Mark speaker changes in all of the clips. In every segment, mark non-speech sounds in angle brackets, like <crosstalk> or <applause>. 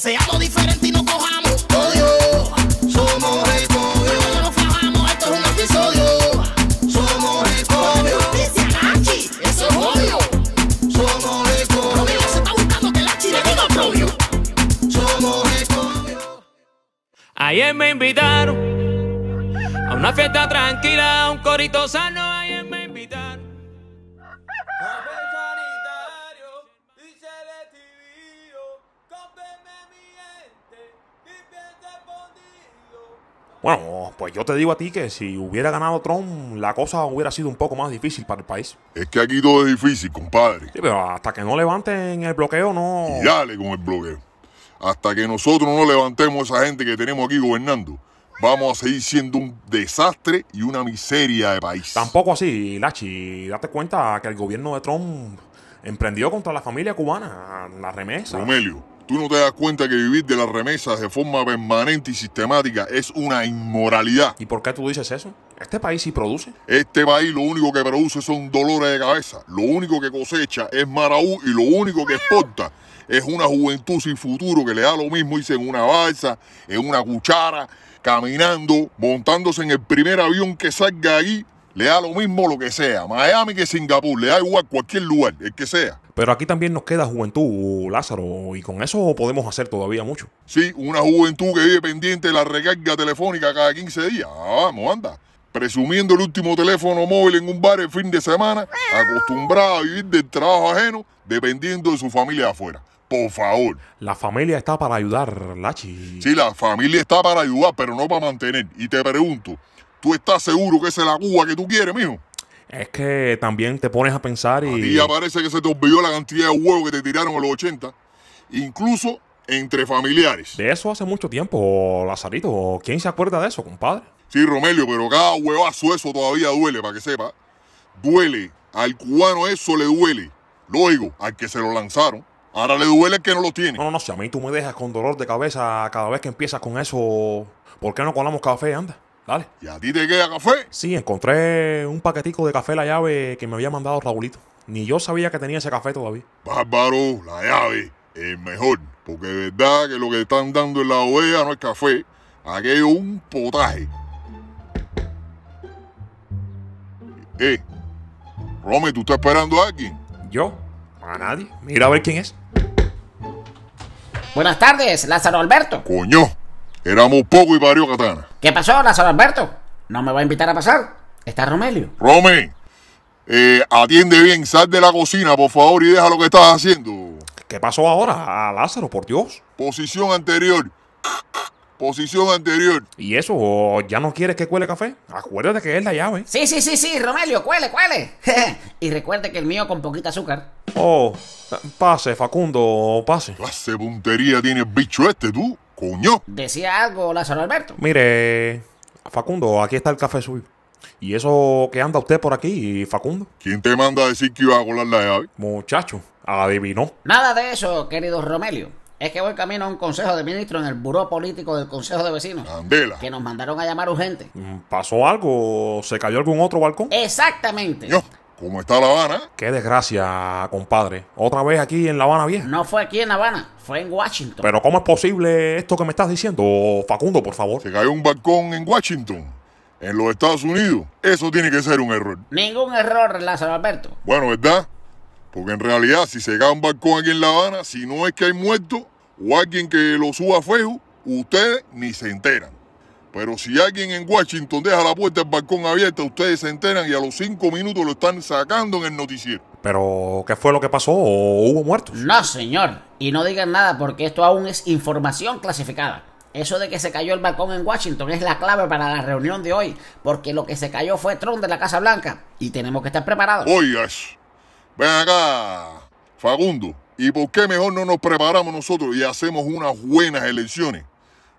Speaker 1: Seamos diferentes y no cojamos odio. Somos Recobio. No nos fajamos, esto es un episodio. Somos Recobio. Dice Nachi, eso es odio. Somos Recobio. Probio se está buscando que la chile diga propio. Somos Recobio.
Speaker 2: Ayer me invitaron a una fiesta tranquila, a un corito sano. Ayer me invitaron.
Speaker 3: Bueno, pues yo te digo a ti que si hubiera ganado Trump, la cosa hubiera sido un poco más difícil para el país.
Speaker 4: Es que aquí todo es difícil, compadre.
Speaker 3: Sí, pero hasta que no levanten el bloqueo, no.
Speaker 4: Y dale con el bloqueo. Hasta que nosotros no levantemos a esa gente que tenemos aquí gobernando, vamos a seguir siendo un desastre y una miseria de país.
Speaker 3: Tampoco así, Lachi. Date cuenta que el gobierno de Trump emprendió contra la familia cubana la remesa.
Speaker 4: Romelio, tú no te das cuenta que vivir de las remesas de forma permanente y sistemática es una inmoralidad.
Speaker 3: ¿Y por qué tú dices eso? Este país sí produce.
Speaker 4: Este país lo único que produce son dolores de cabeza. Lo único que cosecha es maraú y lo único que exporta es una juventud sin futuro que le da lo mismo irse en una balsa, en una cuchara, caminando, montándose en el primer avión que salga de ahí. Le da lo mismo lo que sea. Miami que Singapur, le da igual cualquier lugar, el que sea.
Speaker 3: Pero aquí también nos queda juventud, Lázaro, y con eso podemos hacer todavía mucho.
Speaker 4: Sí, una juventud que vive pendiente de la recarga telefónica cada 15 días. Ah, vamos, anda. Presumiendo el último teléfono móvil en un bar el fin de semana, acostumbrada a vivir del trabajo ajeno, dependiendo de su familia de afuera. Por favor.
Speaker 3: La familia está para ayudar, Lachi.
Speaker 4: Sí, la familia está para ayudar, pero no para mantener. Y te pregunto, ¿tú estás seguro que esa es la Cuba que tú quieres, mijo?
Speaker 3: Es que también te pones a pensar y.
Speaker 4: Y ya parece que se te olvidó la cantidad de huevos que te tiraron a los 80, incluso entre familiares.
Speaker 3: De eso hace mucho tiempo, Lazarito. ¿Quién se acuerda de eso, compadre?
Speaker 4: Sí, Romelio, pero cada huevazo eso todavía duele, para que sepa. Duele. Al cubano eso le duele. Luego, al que se lo lanzaron. Ahora le duele al que no lo tiene.
Speaker 3: No, no, no, si a mí tú me dejas con dolor de cabeza cada vez que empiezas con eso, ¿por qué no colamos café? Anda, dale.
Speaker 4: ¿Y a ti te queda café?
Speaker 3: Sí, encontré un paquetico de café la llave que me había mandado Raulito. Ni yo sabía que tenía ese café todavía.
Speaker 4: Bárbaro, la llave, el mejor. Porque de verdad que lo que están dando en la OEA no es café. Aquello es un potaje. Eh, Rome, ¿tú estás esperando a alguien?
Speaker 3: ¿Yo? A nadie. Mira a ver quién es.
Speaker 5: Buenas tardes, Lázaro Alberto.
Speaker 4: Coño, éramos poco y parió Catana.
Speaker 5: ¿Qué pasó, Lázaro Alberto? ¿No me va a invitar a pasar? ¿Está Romelio?
Speaker 4: Rome, eh, atiende bien, sal de la cocina, por favor, y deja lo que estás haciendo.
Speaker 3: ¿Qué pasó ahora, a Lázaro, por Dios?
Speaker 4: Posición anterior. Posición anterior.
Speaker 3: ¿Y eso? ¿Ya no quieres que cuele café? Acuérdate que es la llave.
Speaker 5: Sí, sí, sí, sí, Romelio, cuele, cuele. <laughs> y recuerde que el mío con poquita azúcar.
Speaker 3: Oh, pase, Facundo, pase.
Speaker 4: Clase de puntería tiene el bicho este, tú. Coño.
Speaker 5: Decía algo Lázaro Alberto.
Speaker 3: Mire, Facundo, aquí está el café suyo. ¿Y eso que anda usted por aquí, Facundo?
Speaker 4: ¿Quién te manda a decir que iba a colar la llave?
Speaker 3: Muchacho, adivinó.
Speaker 5: Nada de eso, querido Romelio. Es que voy camino a un consejo de ministros en el buró político del Consejo de Vecinos.
Speaker 4: Candela.
Speaker 5: Que nos mandaron a llamar urgente.
Speaker 3: Mm, ¿Pasó algo? ¿Se cayó algún otro balcón?
Speaker 5: Exactamente.
Speaker 4: Coño, ¿cómo está La Habana?
Speaker 3: Qué desgracia, compadre. Otra vez aquí en La Habana Vieja.
Speaker 5: No fue aquí en La Habana, fue en Washington.
Speaker 3: Pero ¿cómo es posible esto que me estás diciendo, Facundo, por favor?
Speaker 4: Se cayó un balcón en Washington, en los Estados Unidos. Eso tiene que ser un error.
Speaker 5: Ningún error, Lázaro Alberto.
Speaker 4: Bueno, ¿verdad? Porque en realidad, si se cae un balcón aquí en La Habana, si no es que hay muerto o alguien que lo suba feo, ustedes ni se enteran. Pero si alguien en Washington deja la puerta del balcón abierta, ustedes se enteran y a los cinco minutos lo están sacando en el noticiero.
Speaker 3: ¿Pero qué fue lo que pasó? ¿Hubo muertos?
Speaker 5: No, señor. Y no digan nada porque esto aún es información clasificada. Eso de que se cayó el balcón en Washington es la clave para la reunión de hoy, porque lo que se cayó fue Trump de la Casa Blanca y tenemos que estar preparados.
Speaker 4: Oigas, ven acá, Fagundo. ¿Y por qué mejor no nos preparamos nosotros y hacemos unas buenas elecciones?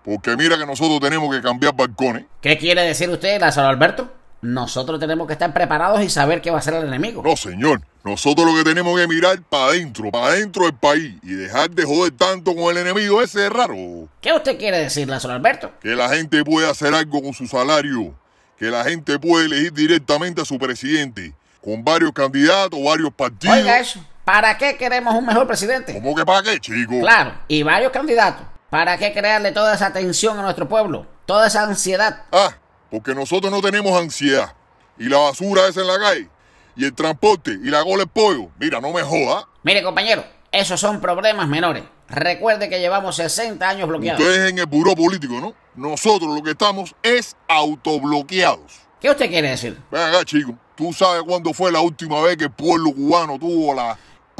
Speaker 4: Porque mira que nosotros tenemos que cambiar balcones.
Speaker 5: ¿Qué quiere decir usted, Lázaro Alberto? Nosotros tenemos que estar preparados y saber qué va a hacer el enemigo.
Speaker 4: No, señor. Nosotros lo que tenemos que mirar para adentro, para adentro del país y dejar de joder tanto con el enemigo ese es raro.
Speaker 5: ¿Qué usted quiere decir, Lázaro Alberto?
Speaker 4: Que la gente puede hacer algo con su salario, que la gente puede elegir directamente a su presidente, con varios candidatos, varios partidos.
Speaker 5: Oiga eso. ¿Para qué queremos un mejor presidente?
Speaker 4: ¿Cómo que para qué, chico?
Speaker 5: Claro, y varios candidatos. ¿Para qué crearle toda esa tensión a nuestro pueblo? Toda esa ansiedad.
Speaker 4: Ah, porque nosotros no tenemos ansiedad. Y la basura esa en la calle. Y el transporte. Y la gola de pollo. Mira, no me joda.
Speaker 5: Mire, compañero, esos son problemas menores. Recuerde que llevamos 60 años bloqueados.
Speaker 4: Ustedes en el buró político, ¿no? Nosotros lo que estamos es autobloqueados.
Speaker 5: ¿Qué usted quiere decir?
Speaker 4: Ven acá, chico. ¿Tú sabes cuándo fue la última vez que el pueblo cubano tuvo la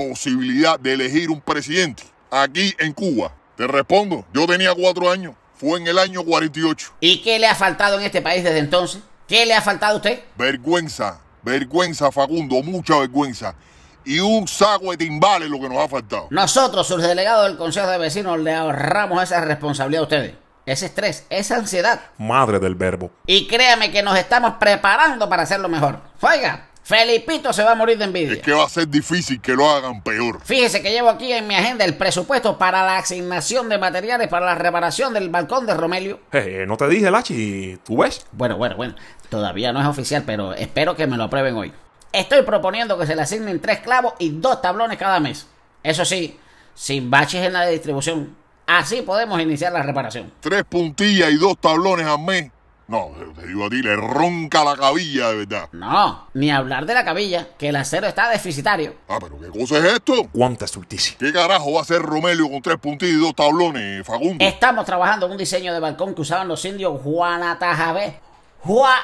Speaker 4: posibilidad de elegir un presidente? Aquí en Cuba. Te respondo, yo tenía cuatro años. Fue en el año 48.
Speaker 5: ¿Y qué le ha faltado en este país desde entonces? ¿Qué le ha faltado a usted?
Speaker 4: Vergüenza, vergüenza, Facundo, mucha vergüenza. Y un saco de timbales lo que nos ha faltado.
Speaker 5: Nosotros, sus delegados del Consejo de Vecinos, le ahorramos esa responsabilidad a ustedes. Ese estrés, esa ansiedad.
Speaker 3: Madre del verbo.
Speaker 5: Y créame que nos estamos preparando para hacerlo mejor. Oiga, Felipito se va a morir de envidia.
Speaker 4: Es que va a ser difícil que lo hagan peor.
Speaker 5: Fíjese que llevo aquí en mi agenda el presupuesto para la asignación de materiales para la reparación del balcón de Romelio.
Speaker 3: Eh, no te dije, Lachi, ¿tú ves?
Speaker 5: Bueno, bueno, bueno. Todavía no es oficial, pero espero que me lo aprueben hoy. Estoy proponiendo que se le asignen tres clavos y dos tablones cada mes. Eso sí, sin baches en la distribución. Así podemos iniciar la reparación.
Speaker 4: Tres puntillas y dos tablones al mes. No, te digo a ti, le ronca la cabilla de verdad.
Speaker 5: No, ni hablar de la cabilla, que el acero está deficitario.
Speaker 4: Ah, pero ¿qué cosa es esto?
Speaker 3: Cuánta estulticia.
Speaker 4: ¿Qué carajo va a hacer Romelio con tres puntillas y dos tablones, Facundo?
Speaker 5: Estamos trabajando en un diseño de balcón que usaban los indios Guanatajabé. Gua,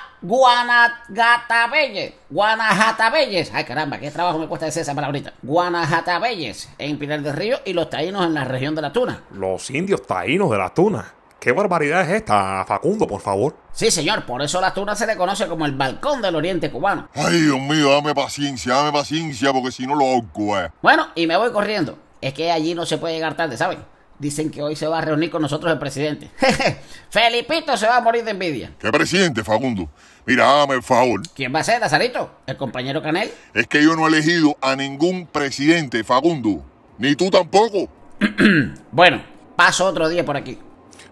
Speaker 5: Guanajatabelles. Guanajatabelles. Ay, caramba, qué trabajo me cuesta decir esa palabrita. Guanajatabelles en Pilar del Río y los taínos en la región de la Tuna.
Speaker 3: Los indios taínos de la tuna. ¿Qué barbaridad es esta, Facundo, por favor?
Speaker 5: Sí, señor, por eso la Tuna se le conoce como el balcón del oriente cubano.
Speaker 4: Ay, Dios mío, dame paciencia, dame paciencia, porque si no lo hago, eh.
Speaker 5: Bueno, y me voy corriendo. Es que allí no se puede llegar tarde, ¿saben? Dicen que hoy se va a reunir con nosotros el presidente. <laughs> Felipito se va a morir de envidia.
Speaker 4: ¿Qué presidente, Facundo? Mira, dame el favor.
Speaker 5: ¿Quién va a ser, Lazarito? ¿El compañero Canel?
Speaker 4: Es que yo no he elegido a ningún presidente, Facundo. Ni tú tampoco.
Speaker 5: Bueno, paso otro día por aquí.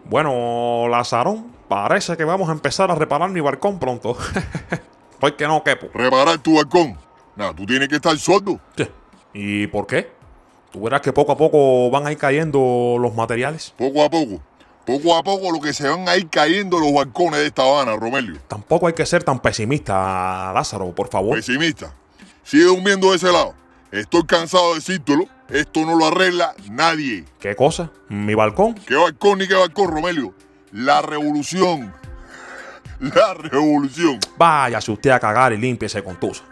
Speaker 3: Bueno, Lazarón, parece que vamos a empezar a reparar mi balcón pronto. Porque no quepo.
Speaker 4: Reparar tu balcón. Nada, tú tienes que estar sordo.
Speaker 3: ¿Y por qué? Tú verás que poco a poco van a ir cayendo los materiales.
Speaker 4: Poco a poco. Poco a poco lo que se van a ir cayendo los balcones de esta Habana, Romelio.
Speaker 3: Tampoco hay que ser tan pesimista, Lázaro, por favor.
Speaker 4: Pues Pesimista. Sigue durmiendo de ese lado. Estoy cansado de decírtelo. Esto no lo arregla nadie.
Speaker 3: ¿Qué cosa? ¿Mi balcón?
Speaker 4: ¿Qué balcón ni qué balcón, Romelio? La revolución. La revolución.
Speaker 3: Váyase usted a cagar y límpiese con tusa.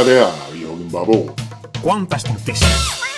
Speaker 4: Área, viejo, babón.
Speaker 3: ¿Cuánta estulticia?